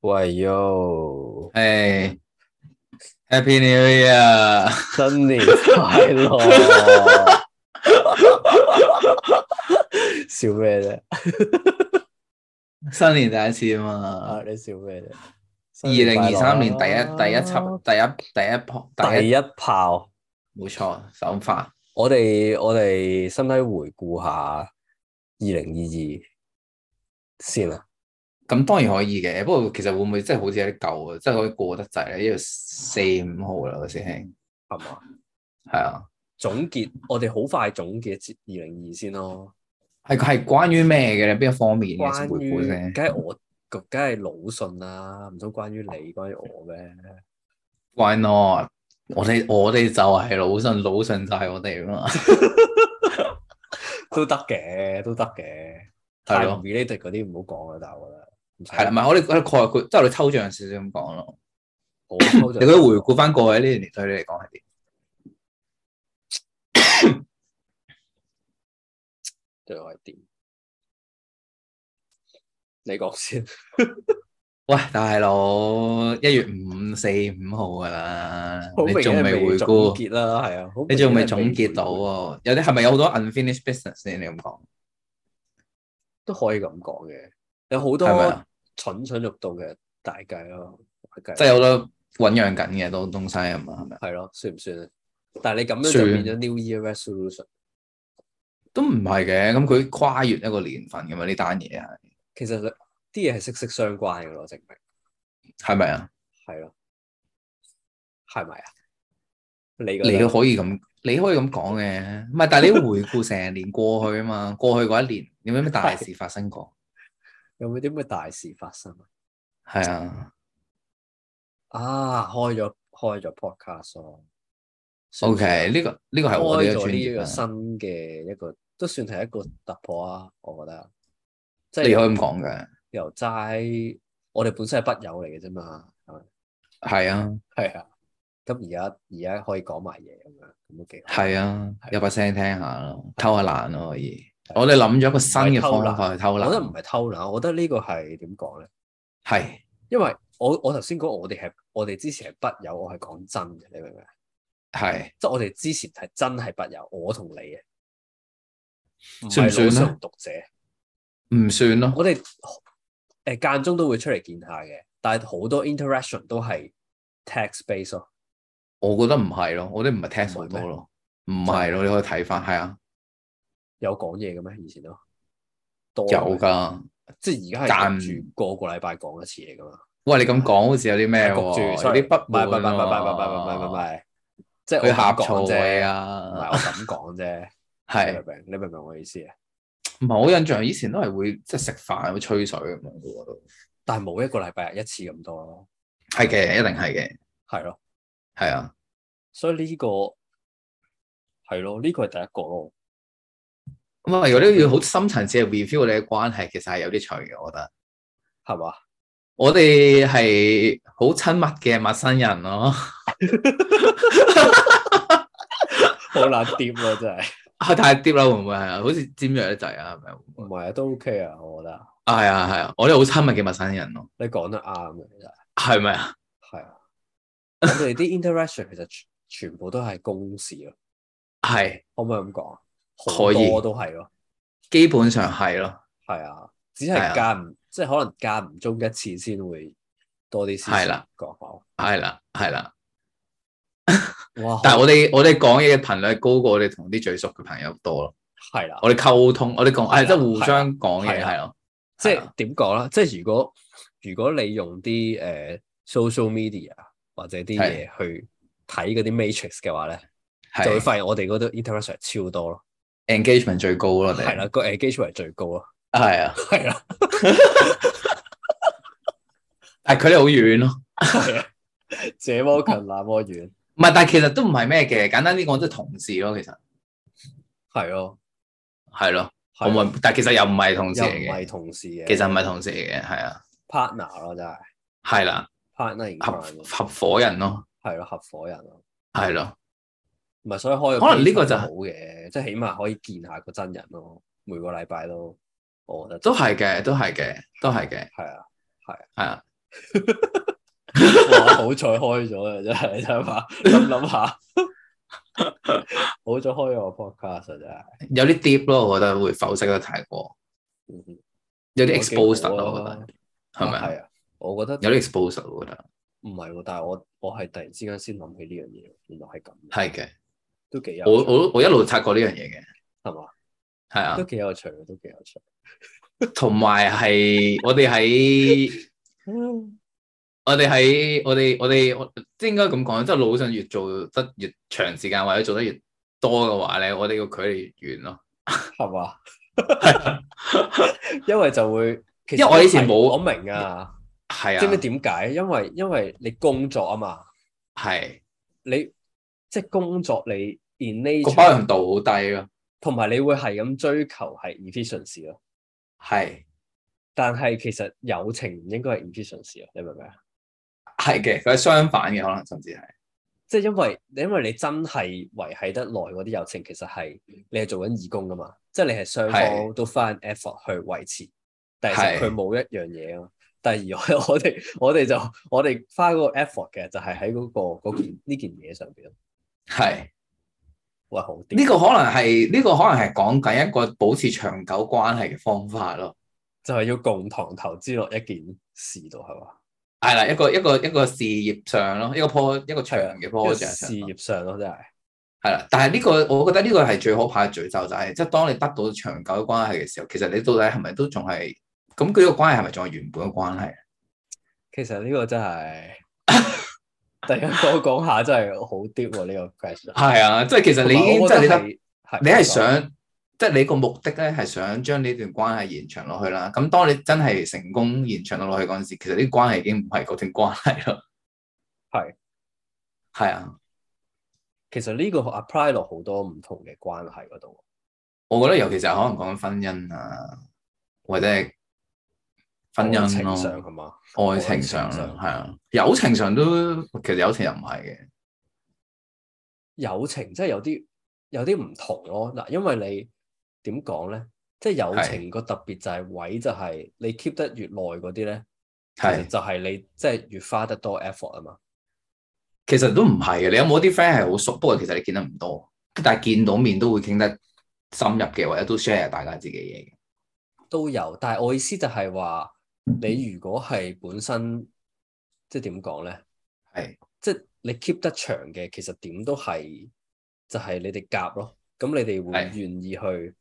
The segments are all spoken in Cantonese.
喂喲，係 Happy New Year！ 新年快樂！笑咩啫？新年第一次啊嘛啊，，你笑咩啫？二新年零快二樂三年啊第一第一輯第一第一波第第一一炮，冇錯手法，我哋我哋使唔使回顧下二零二二先啊？咁當然可以嘅。不過其實會唔會真係好似有啲舊啊？真係可以過得滯咧，因為四五號啦，我師兄係嘛？係啊，總結，我哋好快總結二零二先咯。係係關於咩嘅咧？邊一方面嘅關先回於顧先？梗係我，梗係魯迅啦，唔通關於你，關於我咩？ Why not？我哋我哋就係魯迅，魯迅就係我哋啊嘛，都得嘅，都得嘅。係太咯唔 related 嗰啲唔好講啦，但係我覺得唔使係啦，唔係我哋我哋概括，即係我哋抽象少少咁講咯。我抽象你覺得回顧翻過去呢一年對你嚟講係點？對我係點？你講先，喂，大佬，一月五四五號㗎啦，好你明仲顯係回總顧？結啦，係啊，好你仲明顯未係總結到回顧喎？有啲係咪有好多 unfinished business 先？你咁講都可以咁講嘅，有好係咪多啊？蠢蠢欲動嘅大計咯，大計即係有好多醖釀緊嘅都東西啊嘛，係咪啊？係咯，算唔算啊？但係你咁樣就算變咗 New Year resolution，都唔係嘅，咁佢跨越一個年份㗎嘛，呢單嘢係其實你啲嘢係息息相關嘅咯，證明係咪啊？係咯，係咪啊？你覺你得都可以咁，你可以咁講嘅，唔係，但係你要回顧成年過去啊嘛，過去嗰一年有冇咩大事發 生過？有冇啲咩大事發生啊？係啊，啊，開咗開咗 podcast 咯。算唔算啊 OK，呢個呢個係我哋開嘅專咗呢一業個啊，新嘅一個，都算係一個突破啊！我覺得，即你可係以咁講嘅，由齋，我哋本身係筆友嚟嘅啫嘛，係咪？係啊，係啊。咁而家而家可以講埋嘢咁樣，咁都幾好。係啊，有把聲聽下咯，偷下懶咯可以。係我哋諗咗一個新嘅方法去偷我覺得唔懶，係偷懶，我覺得呢個係點講咧？係因為我我頭先講我哋係我哋之前係筆友，我係講真嘅，你明唔明？係即係我哋之前係真係筆友，我同你嘅，唔算係唔算魯咧迅讀者。唔算咯，我哋誒間中都會出嚟見下嘅，但係好多 interaction 都係 text base 咯。我覺得唔係咯，我哋唔係 test 好唔係咩多咯，唔係咯，你可以睇翻，係啊，有講嘢嘅咩？以前都多嘅咩有，㗎。即係而家係焗住個個禮拜講一次嘢噶嘛。喂，你咁講好似有啲咩係喎？焗住有，sorry，啲不唔係唔滿係唔係唔係唔係唔係唔係唔喎係，即係佢我咁呷醋講你啫，唔係啊我，咁講啫。你係明唔明？你明唔明我意思啊？唔係我印象以前都係會即係食飯會吹水咁樣嘅喎，都但係冇一個禮拜一次咁多咯，係嘅，一定係嘅，係咯。係啊，所以呢個係咯，呢個係第一個咯。咁啊，如果呢要好深層次嘅 review 你嘅關係，其實係有啲趣嘅，我覺得。係嘛？ 我哋係好親密嘅陌生人咯， 好難掂啊！真係啊但係啲啦會唔會係啊？好似尖鋭得滯啊，係咪？唔係啊，都 OK 啊，我覺得。啊係啊係啊，我哋好親密嘅陌生人咯，你講得啱嘅，其實係咪啊？係 啊。我哋啲 interaction 其實全全部都係公事咯，係，可唔可以咁講啊？可好以多都係咯，基本上係咯，係啊，只係係啊間唔即係可能間唔中一次先會多啲事係啦講話。係啦係啦。哇！但係係我哋我哋講嘢嘅頻率高過我哋同啲最熟嘅朋友多咯。係啦，我哋溝通，我哋講，係啦啊係即係互相講係嘢，啦係咯，即係係啊點講啦？即係如果如果你用啲誒、呃 social media 或者啲嘢係去睇嗰啲 matrix 嘅話咧，就會係發現我哋嗰度 interaction 超多咯， engagement 最高咯，我哋係啦，，個 engagement 係最高 咯，係啊，係啦，但係距離好遠咯。啊這麼近那麼遠。唔係，但係其實都唔係咩嘅，簡單啲講，即係同事咯，其實係咯，係咯，我係咯咪，但係其實又唔係同事又嚟唔係嘅，同事嘅，其實唔係同事嚟嘅，係啊， partner 咯，真係係啦， partner in 合 crime 咯合伙人咯，係咯，合伙人咯，係咯，唔係所以開可能呢個就好嘅，即係起碼可以見下個真人咯，每個禮拜都，我覺得都係嘅，都係嘅，都係嘅，係啊，係啊，哇！好彩開咗啊，真係真係嘛， 諗諗下，好彩開咗個 podcast 啊，有啲 deep 咯，我覺得會否釋得太過，真係。有我啲幾好 exposed 啊咯，我覺得係咪啊？係啊，我覺得有啲 exposed，我覺得唔係喎，但係我我係突然之間先諗起呢樣嘢，原來係咁，係嘅。都幾有我趣，我都我一路察覺呢樣嘢嘅，係嘛，係 啊都。幾有趣，都幾有趣。同埋係我哋喺嗯我哋喺我哋我哋我即係應該咁講，即係腦上越做得越長時間，或者做得越多嘅話咧，我哋個距離越遠咯。係嘛？ 因為就會，其實因為我以前冇我明啊，係知唔知啊，點解？因為因為你工作啊嘛，係你即係工作你 in 個包 nature，容度好低咯。同埋你會係咁追求係 efficiency 咯。係但係其實友情唔應該係 efficiency 啊，你明唔明啊？係嘅，佢係相反嘅，可能甚至係即係因為因為你真係維係得耐嗰啲友情，其實係你係做緊義工噶嘛，即係你係雙方係都花緊 effort 去維持，但係係其實佢冇一樣嘢啊嘛。第二，我 我哋我哋就我哋花嗰個 effort 嘅就係喺嗰個嗰件呢件嘢上邊。係。喂，好啲呢個可能係呢、個可能係講緊一個保持長久關係嘅方法咯。就係要共同投資落一件事度，係嘛？係啦，一個一個一個事業上咯，一個 pro 一個長嘅一個 project 事上咯。業上咯，真係係啦，但係呢個我覺得呢個係最可怕嘅詛咒，就係即係當你得到長久嘅關係嘅時候，其實你到底係咪都仲係咁佢個關係係咪仲係原本嘅關係？其實呢個真係 突然間講講下真係好啲喎呢個 question。係啊，即係其實你同已埋經我即覺係得你得係你係想即係你個目的咧係想將呢段關係延長落去啦。咁當你真係成功延長到落去嗰陣時，其實呢個關係已經唔係嗰段關係咯。係係啊。其實呢個 apply 落好多唔同嘅關係嗰度，我覺得尤其就係可能講緊婚姻啊，或者係婚愛姻情咯上、係嘛？愛情上愛情上咯，係啊，友情上都其實友情又唔係嘅，友情真係有啲有啲唔同咯。嗱，因為你點講咧，即係友情個特別就係位就係你 keep 得越耐嗰啲咧，其實係就係你即係越花得多 effort 啊嘛。其實都唔係嘅。你有冇啲 friend 係好熟，不過其實你見得唔多，但係見到面都會傾得深入嘅，或者都 share 大家自己嘢嘅。都有，但係我意思就係話，你如果係本身即係點講咧，係即係你 keep 得長嘅，其實點都係就係你哋夾咯。咁你哋係會願意去，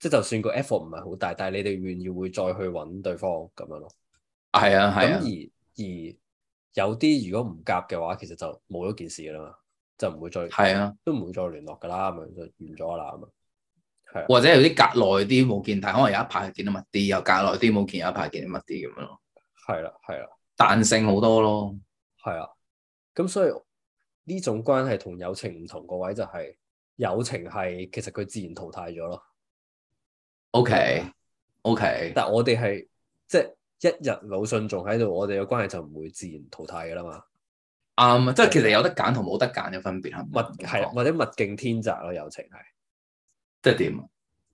即係就算個 effort 唔係好大，但係你哋願意會再去揾對方咁樣咯。係啊，咁係啊，而而有啲如果唔夾嘅話，其實就冇咗件事㗎啦嘛，就唔會再係啊，都唔會再聯絡㗎啦，咁樣就完咗啦，咁樣係啊，或者有啲隔耐啲冇見，但係可能有一排見得密啲，又隔耐啲冇見，有一排見得密啲咁樣咯，係啦，係啦。彈性好多咯。係啊，咁所以呢種關係同友情唔同個位就係、友情係其實佢自然淘汰咗咯， OK，OK，但我哋係即係一日魯迅仲喺度，我哋嘅關係就唔會自然淘汰噶啦嘛，啱啊，即係其實有得揀同冇得揀嘅分別係物咪係啊或者物競天擇咯，友情係即係點啊？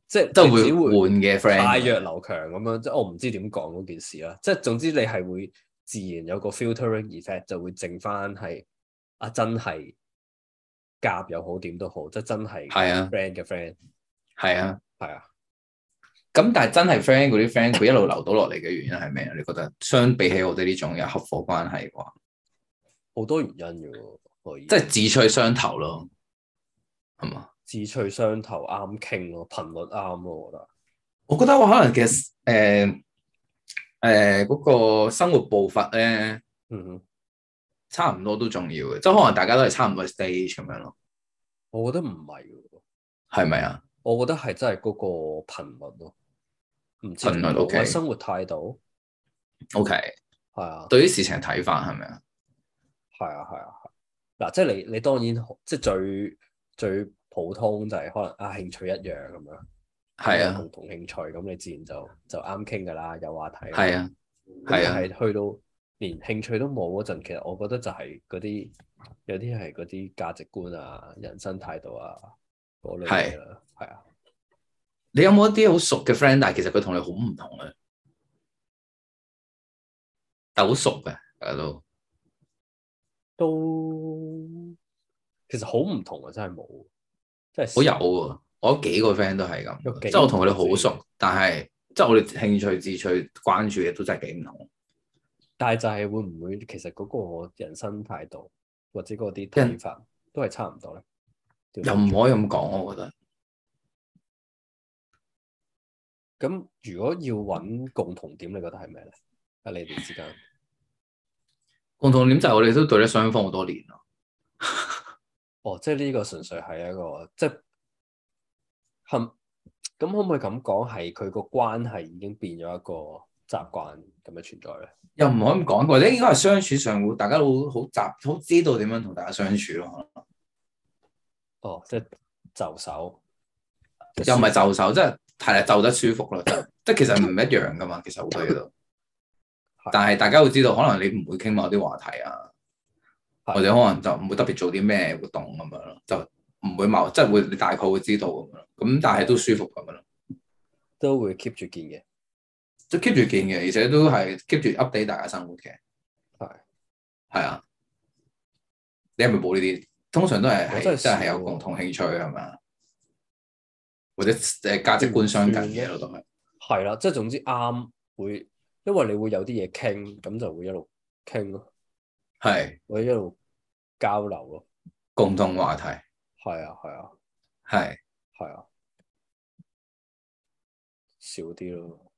即係即係你會只換嘅 friend，汰弱留強咁樣，即係我唔知點講嗰件事啦，即係總之你係會自然有個 filtering effect 就會剩翻係啊真係夾又好點都好，即係真係係啊， friend 嘅 friend 係啊。係啊。咁但係真係 friend 嗰啲 friend，佢一路留到落嚟嘅原因係咩啊？你覺得相比起我哋呢種有合夥關係嘅話，好多原因嘅喎，可以即係志趣相投咯，係嘛？志趣相投啱傾咯，頻率啱咯，我覺得我覺得我可能其實誒誒嗰個生活步伐咧，嗯哼，差唔多都重要嘅，即係可能大家都係差唔多 stage 咁樣咯，我覺得唔係嘅，係咪啊？我覺得係真係嗰個頻率咯，唔知頻率點講 OK 或者生活態度 OK，係啊，對於事情嘅睇法係咪啊？係啊，係啊，係嗱，即係你你當然好即係最最普通就係可能啊興趣一樣咁樣，係有啊，共同興趣咁，你自然就就啱傾㗎啦，有話題啦係啊，咁係啊但係去到連興趣都冇嗰陣，其實我覺得就係嗰啲有啲係嗰啲價值觀啊、人生態度啊嗰類嘢啦，係啊，你有冇一啲好熟嘅 friend，但係其實佢同你好唔同咧？係好熟嘅，大家都都其實好唔同啊，真係冇，真係我有喎。我有幾個 friend 都係有咁，幾即係我同佢哋個好熟，但係即係我哋興趣、志趣、關注嘅都真係幾唔同。但係就係會唔會其實嗰個人生態度或者嗰啲人睇法都係差唔多咧？又唔可以咁講，我覺得咁如果要揾共同點，你覺得係咩咧？啊，你哋之間共同點就係我哋都對得雙方好多年咯。哦，即係呢個純粹係一個即係係咁，可唔可以咁講係佢個關係已經變咗一個習慣咁嘅存在咧？又唔可以咁講，或者應該係相處上會大家都好好習好知道點樣同大家相處咯。哦，即係就手，又唔係就手，即係係啦，就得舒服咯。即係即係其實唔一樣噶嘛，其實好多嘢都係。但係大家會知道，可能你唔會傾某啲話題啊，係或者可能就唔會特別做啲咩活動咁樣咯，就唔會某即係會你大概會知道咁樣咯。咁但係都舒服咁樣咯，都會 keep 住見嘅，即係 keep 住見嘅，而且都係 keep 住 update 大家生活嘅。係係啊，你係咪冇呢啲？通常都係我係真係真係少有喎共同興趣係咪啊？或者誒價值觀相近嘅咯，都係。係啦，即係總之啱會，因為你會有啲嘢傾，咁就會一路傾咯，係或者一路交流咯，共同話題，係啊，係啊。係係啊，少啲咯，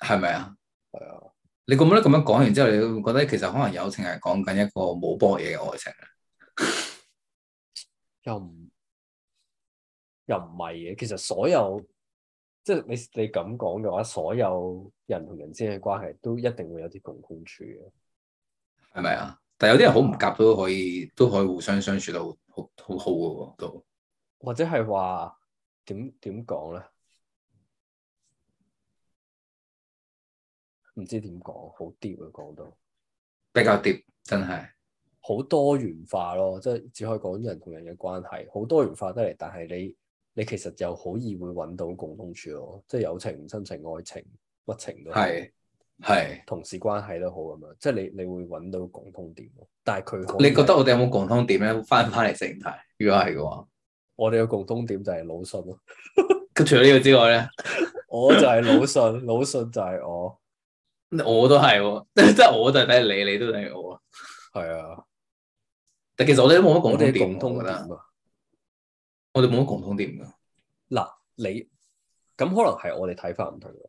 係咪啊？係啊，你咁樣咁樣講完之後，你會覺得其實可能友情係講緊一個冇波嘢嘅愛情啊又唔又唔係嘅。其實所有即係你你咁講嘅話，所有人同人之間嘅關係都一定會有啲共通處嘅。係咪啊？但係有啲人好唔夾都可以，都可以互相相處到好好好嘅喎，都或者係話點點講咧？唔知點講，好啲啊講到比較疊，真係好多元化咯，即係只可以講人同人嘅關係，好多元化得嚟，但係你你其實又好易會揾到共通處咯，即係友情、親情、愛情、乜情都好，係係。同事關係都好咁樣，即係你你會揾到共通點咯。但係佢可以你覺得我哋有冇共通點咧？翻唔翻嚟正題，如果係嘅話，我哋嘅共通點就係魯迅咯，咁除咗呢個之外咧？哦我就係魯 迅，魯迅就係我，我都係喎， 即係即係我就睇你，你都睇我。係啊，但其實我哋都冇乜共我哋通嘅點，共我通覺點得啊。我哋冇乜共通點㗎。嗱，你咁可能係我哋睇法唔同嘅，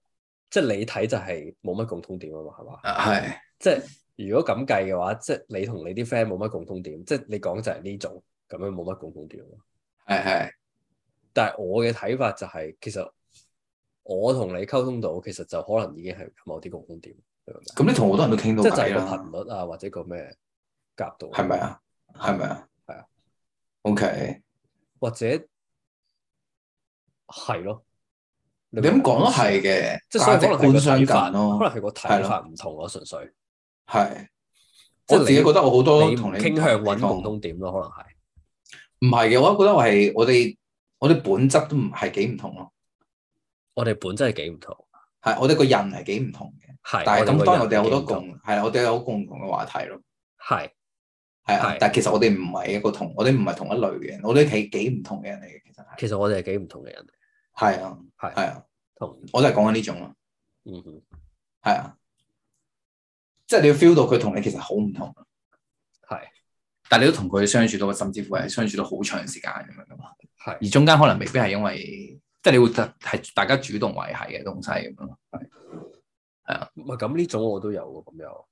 即係你睇就係冇乜共通點啊嘛，係嘛？啊係即係如果咁計嘅話，即係你同你啲 friend 冇乜共通點，即係你講就係呢種咁樣冇乜共通點咯。啊係係但係我嘅睇法就係、其實我同你溝通到，其實就可能已經係某啲共通點，你明唔明啊咁你同好多人都傾到即係就係個偈啦，頻率啊，或者個咩夾到，係咪啊？係咪啊？係啊。 OK，或者係咯。你你明唔咁明講都係，嘅，即係所以價值可能係個觀相睇法，近可咯，能係個係睇咯法唔同咯，啊純粹係。即係我你自己覺得我好多你同唔你傾向揾共通，通點咯，可能係唔係嘅，我覺得我係我哋我哋本質都唔係幾唔同咯，我哋本質係幾唔同，係我哋個人係幾唔同嘅，係但係哋咁個當然我哋人有好多幾唔同共係啦我哋有共同嘅話題咯。係。係啊係，但係其實我哋唔係一個同，我哋唔係同一類嘅人，我哋係幾唔同嘅人嚟嘅，其實係。其實我哋係幾唔同嘅人嚟，係啊，係係啊，同我就係講緊呢種咯，嗯哼係啊，即係你要 feel 到佢同你其實好唔同，係但係你都同佢相處到，甚至乎係相處到好長時間咁樣噶嘛，係而中間可能未必係因為，即係你會特係大家主動維係嘅東西咁樣咯，唔係咁呢種我都有喎，咁又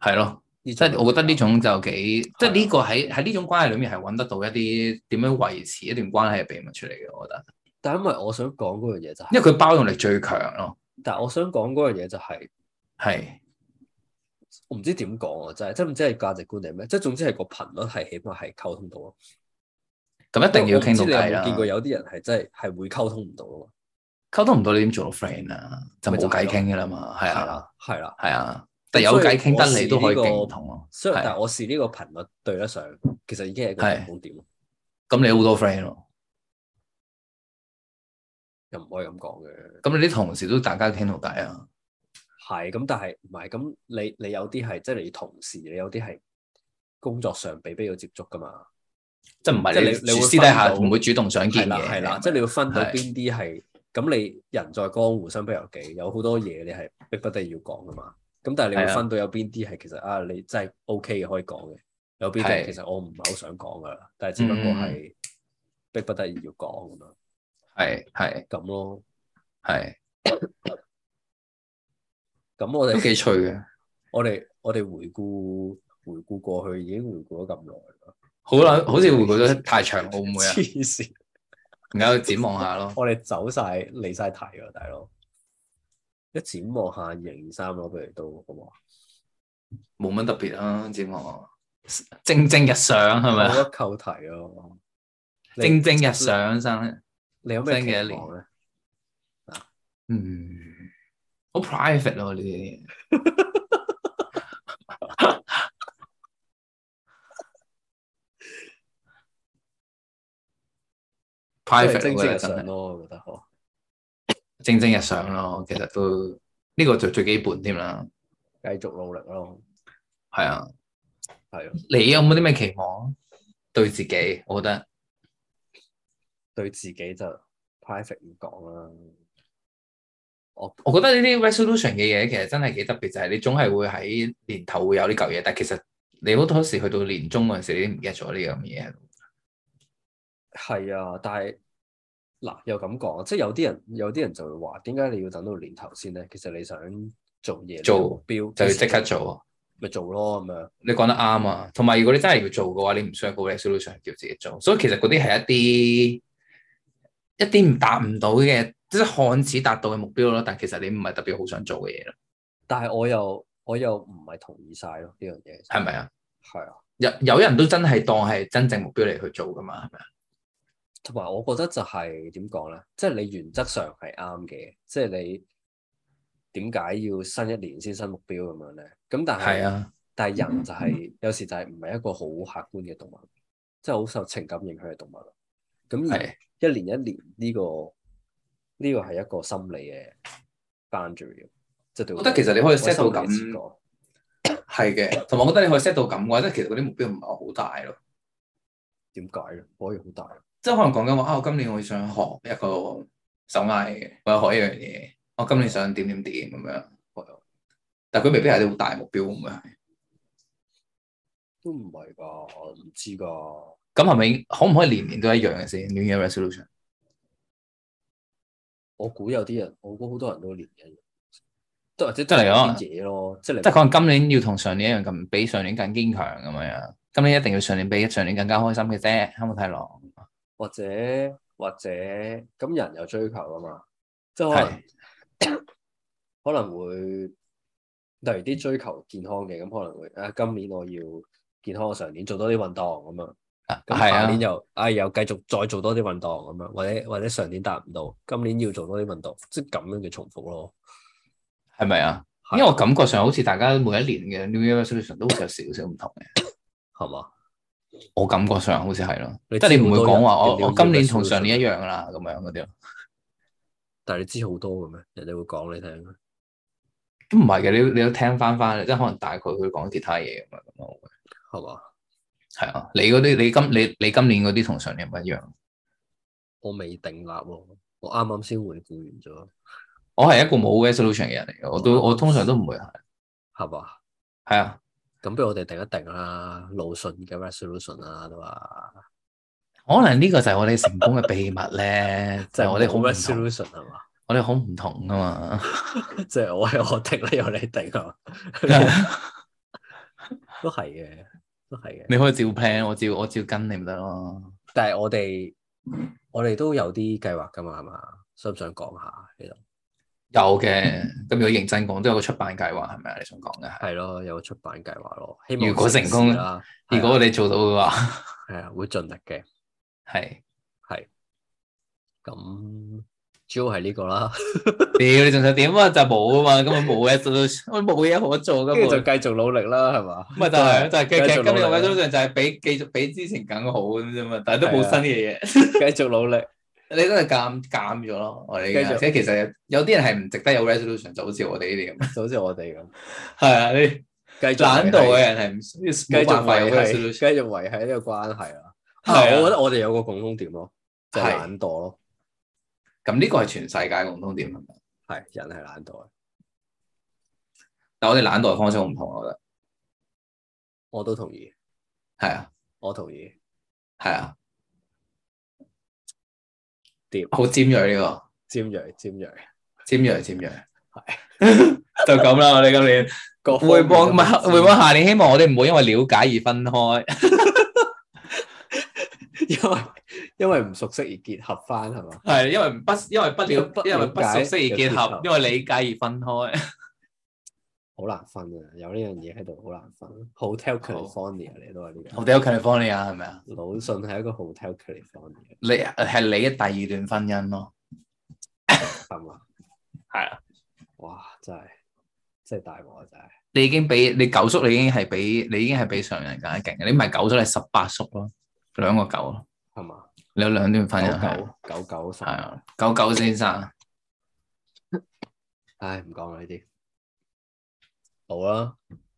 係咯，呢即種係我覺得呢種種就幾，即係呢個喺喺呢種關係裏面係揾得到一啲點樣維持一段關係嘅秘密出嚟嘅，我覺得，有，但係因為我想講嗰樣嘢就係、因為佢包容力最強咯，但係我想講嗰樣嘢就係、係我唔知點講啊，真係真唔知係價值觀定係咩，即係總之係個頻率係起碼係溝通到咯。咁一定要傾到因為我唔知偈你有冇啦見。過有啲人係真係係會溝通唔到啊嘛，溝通唔到你點做到 friend 啊？就冇偈傾嘅啦嘛，係係啊，啦係啦，係啊，但有偈傾得你都可以勁唔同咯，所以係但啊係我試呢個頻率對得上，其實已經係一個係共通點咯，咁你好多 friend 咯，又唔可以咁講嘅，咁你啲同事都大家傾到偈啊，係咁，但係唔係咁？你你有啲係即係你同事，你有啲係工作上被必要接觸噶嘛？即係唔係即係你你你會私底下分到唔會主動想係見啦嘅，係啦，即係你要分到係邊啲係咁。你人在江湖身不由己，有好多嘢你係逼不得已要講噶嘛。咁但係你係會啊分到有邊啲係其實啊，你真係 OK 嘅可以講嘅，有邊啲係嗯係其實我唔係好想講噶啦，但係只不過係逼不得已要講咁樣係係咁咯。係咁我都哋幾趣 嘅。我哋我哋回顧回顧過去已經回顧咗咁耐啦，好啦，好似回顧得太長，會唔會啊？黐線！然後展望下咯。我哋走晒離晒題啊，大佬！一展望下二零二三咯，不如都好唔好啊？冇乜特別啊啦，展望蒸蒸日上係冇咪啊？得扣題咯。哦你蒸蒸日上生，你有咩新期嘅一望咧？嗯，好 private 咯呢啲嘢。即係 private 啊蒸蒸咯日真係上咯，我覺得嗬。蒸蒸日上咯，其實都呢、個就最基本添啦。繼續努力咯，係啊，係咯，你有冇啲咩期望對自己？我覺得對自己就 private 唔講啦。我覺得呢啲 resolution 嘅嘢其實真係幾特別，就係、你總係會喺年頭會有呢嚿嘢，但係其實你好多時去到年中嗰陣時，你都唔記得咗呢樣嘢喺度。係啊，但係嗱又咁講，即係有啲人有啲人就會話，點解你要等到年頭先咧？其實你想做嘢，做你有目標就要即刻，做。咪做咯咁樣。你講得啱啊，同埋如果你真係要做嘅話，你唔需要個 resolution 叫自己做，所以其實嗰啲係一啲一啲唔達唔到嘅，即係看似達到嘅目標咯，但其實你唔係特別好想做嘅嘢咯，但係我又我又唔係同意晒咯呢樣嘢，係咪啊？係啊，有有人都真係當係真正目標嚟去做噶嘛，係咪啊？同埋我覺得就係點講咧，即係你原則上係啱嘅，即係你點解要新一年先新目標咁樣咧？咁但係係啊，但係人就係、有時就係唔係一個好客觀嘅動物，即係好受情感影響嘅動物。咁而係一年一年呢、個呢、個係一個心理嘅 boundary，即係對我覺得其實你可以 set 到我心理切咁割係嘅，同埋我覺得你可以 set 到咁嘅話，即係其實嗰啲目標唔係好大咯，點解咧？可以好大，即係可能講緊話啊，我今年我想學一個手藝嘅，或者學一樣嘢，我今年想點點點咁樣，係啊，但佢未必係啲好大目標咁樣。都唔係㗎，我唔知㗎。咁係咪可唔可以年年都一樣嘅先？New Year resolution 我估有啲人，我估好多人都練嘅，都或者即係嚟講啲嘢咯，即係即係嚟可能今年要同上年一樣咁，比上年更堅強咁樣樣。今年一定要上年比上年更加開心嘅啫，黑冇太狼或者或者咁人有追求啊嘛，即係可能係可能會，例如啲追求健康嘅，咁可能會啊，今年我要健康過上年，做多啲運動咁啊，啊咁係下啊年，又啊又繼續再做多啲運動咁樣，或者或者上年達唔到，今年要做多啲運動，即係咁樣嘅重複咯。係咪啊？因為我感覺上好似大家每一年嘅 New Year resolution 都好似有少少唔同嘅，係嘛？我感覺上好似係咯，你即係你唔會講話我知好多人嘅我 New Year 今年同上年一 resolution 樣啦咁樣嗰啲咯，但係你知好多嘅咩？人哋會講你聽。都唔係嘅，你你都聽翻翻，即係可能大概佢講其他嘢咁樣咁咯，係嘛？係啊，你嗰啲你今你你今年嗰啲同上年唔一樣，我未定立喎，我啱啱先回顧完咗，我係一個冇 resolution 嘅人嚟嘅，我都我通常都唔會係係嘛？係啊。咁不如我哋定一定啦，魯迅嘅 resolution 啦，都話可能呢個就係我哋成功嘅秘密咧，就係我哋好唔冇同， resolution 係嘛？ 我哋好唔同噶嘛。 即係我 係我定啦，由你定啊，都係嘅，都係嘅。你可以照 plan，我照我照跟你咪得咯。但係我哋我哋都有啲計劃噶嘛，係嘛？想唔想講下？其實有嘅，咁如果認真講，都有個出版計劃係咪啊？你想講嘅係，係咯，有個出版計劃咯，希望如果成功事啦，係啊如果我哋做到嘅話，係啊，會盡力嘅。係咁主要係呢個啦，屌你仲想點啊？就冇啊嘛，咁啊冇嘅，做到我冇嘢可做噶跟住就嘛。繼續努力啦，係嘛？咪就係就係其實繼其續實今努力年啦嘅 resolution 就係比繼續比之前更好咁啫嘛，但係都冇係啊新嘅嘢。繼續努力，你真係減減咗咯，我哋繼續而且其實有啲人係唔值得有 resolution，就好似我哋呢啲咁。就好似我哋咁，係啊，你繼續 維懶繫惰嘅人係唔需要繼冇續辦法有維係， resolution。繼續維係呢個關係啦。啊，係啊我覺得我哋有個共通點咯，就係係懶惰咯，咁呢個係全世界共通點，係咪？係人係懶惰嘅，但我哋懶惰嘅方式好唔同，我覺得我都同意，係啊，我同意。係啊，掂好尖鋭呢個，尖鋭尖鋭，尖鋭尖鋭，係就咁啦。我哋今年各方回面望都唔係回望下年，希望我哋唔好因為了解而分 開。尖鋭， 因為因為唔熟悉而結合翻係嘛？係因為不因為不不了因為不熟悉而結了合解，因為理解而分開。好難分啊，有呢樣嘢喺度好難分。Hotel California 你都係呢我個，哋有 California 係咪啊？魯迅係一個 Hotel California 你係你嘅第二段婚姻咯，係嘛？係啊，哇，真係真係大鑊啊！真係你已經比你九叔，你已經係比你已經係比常人更加勁嘅。你唔係九叔，你係十八叔咯，兩個九咯，係嘛？你有兩段婚姻係九九九九十係，啊，九九先生。唉，唔講啦呢啲，好啦，啊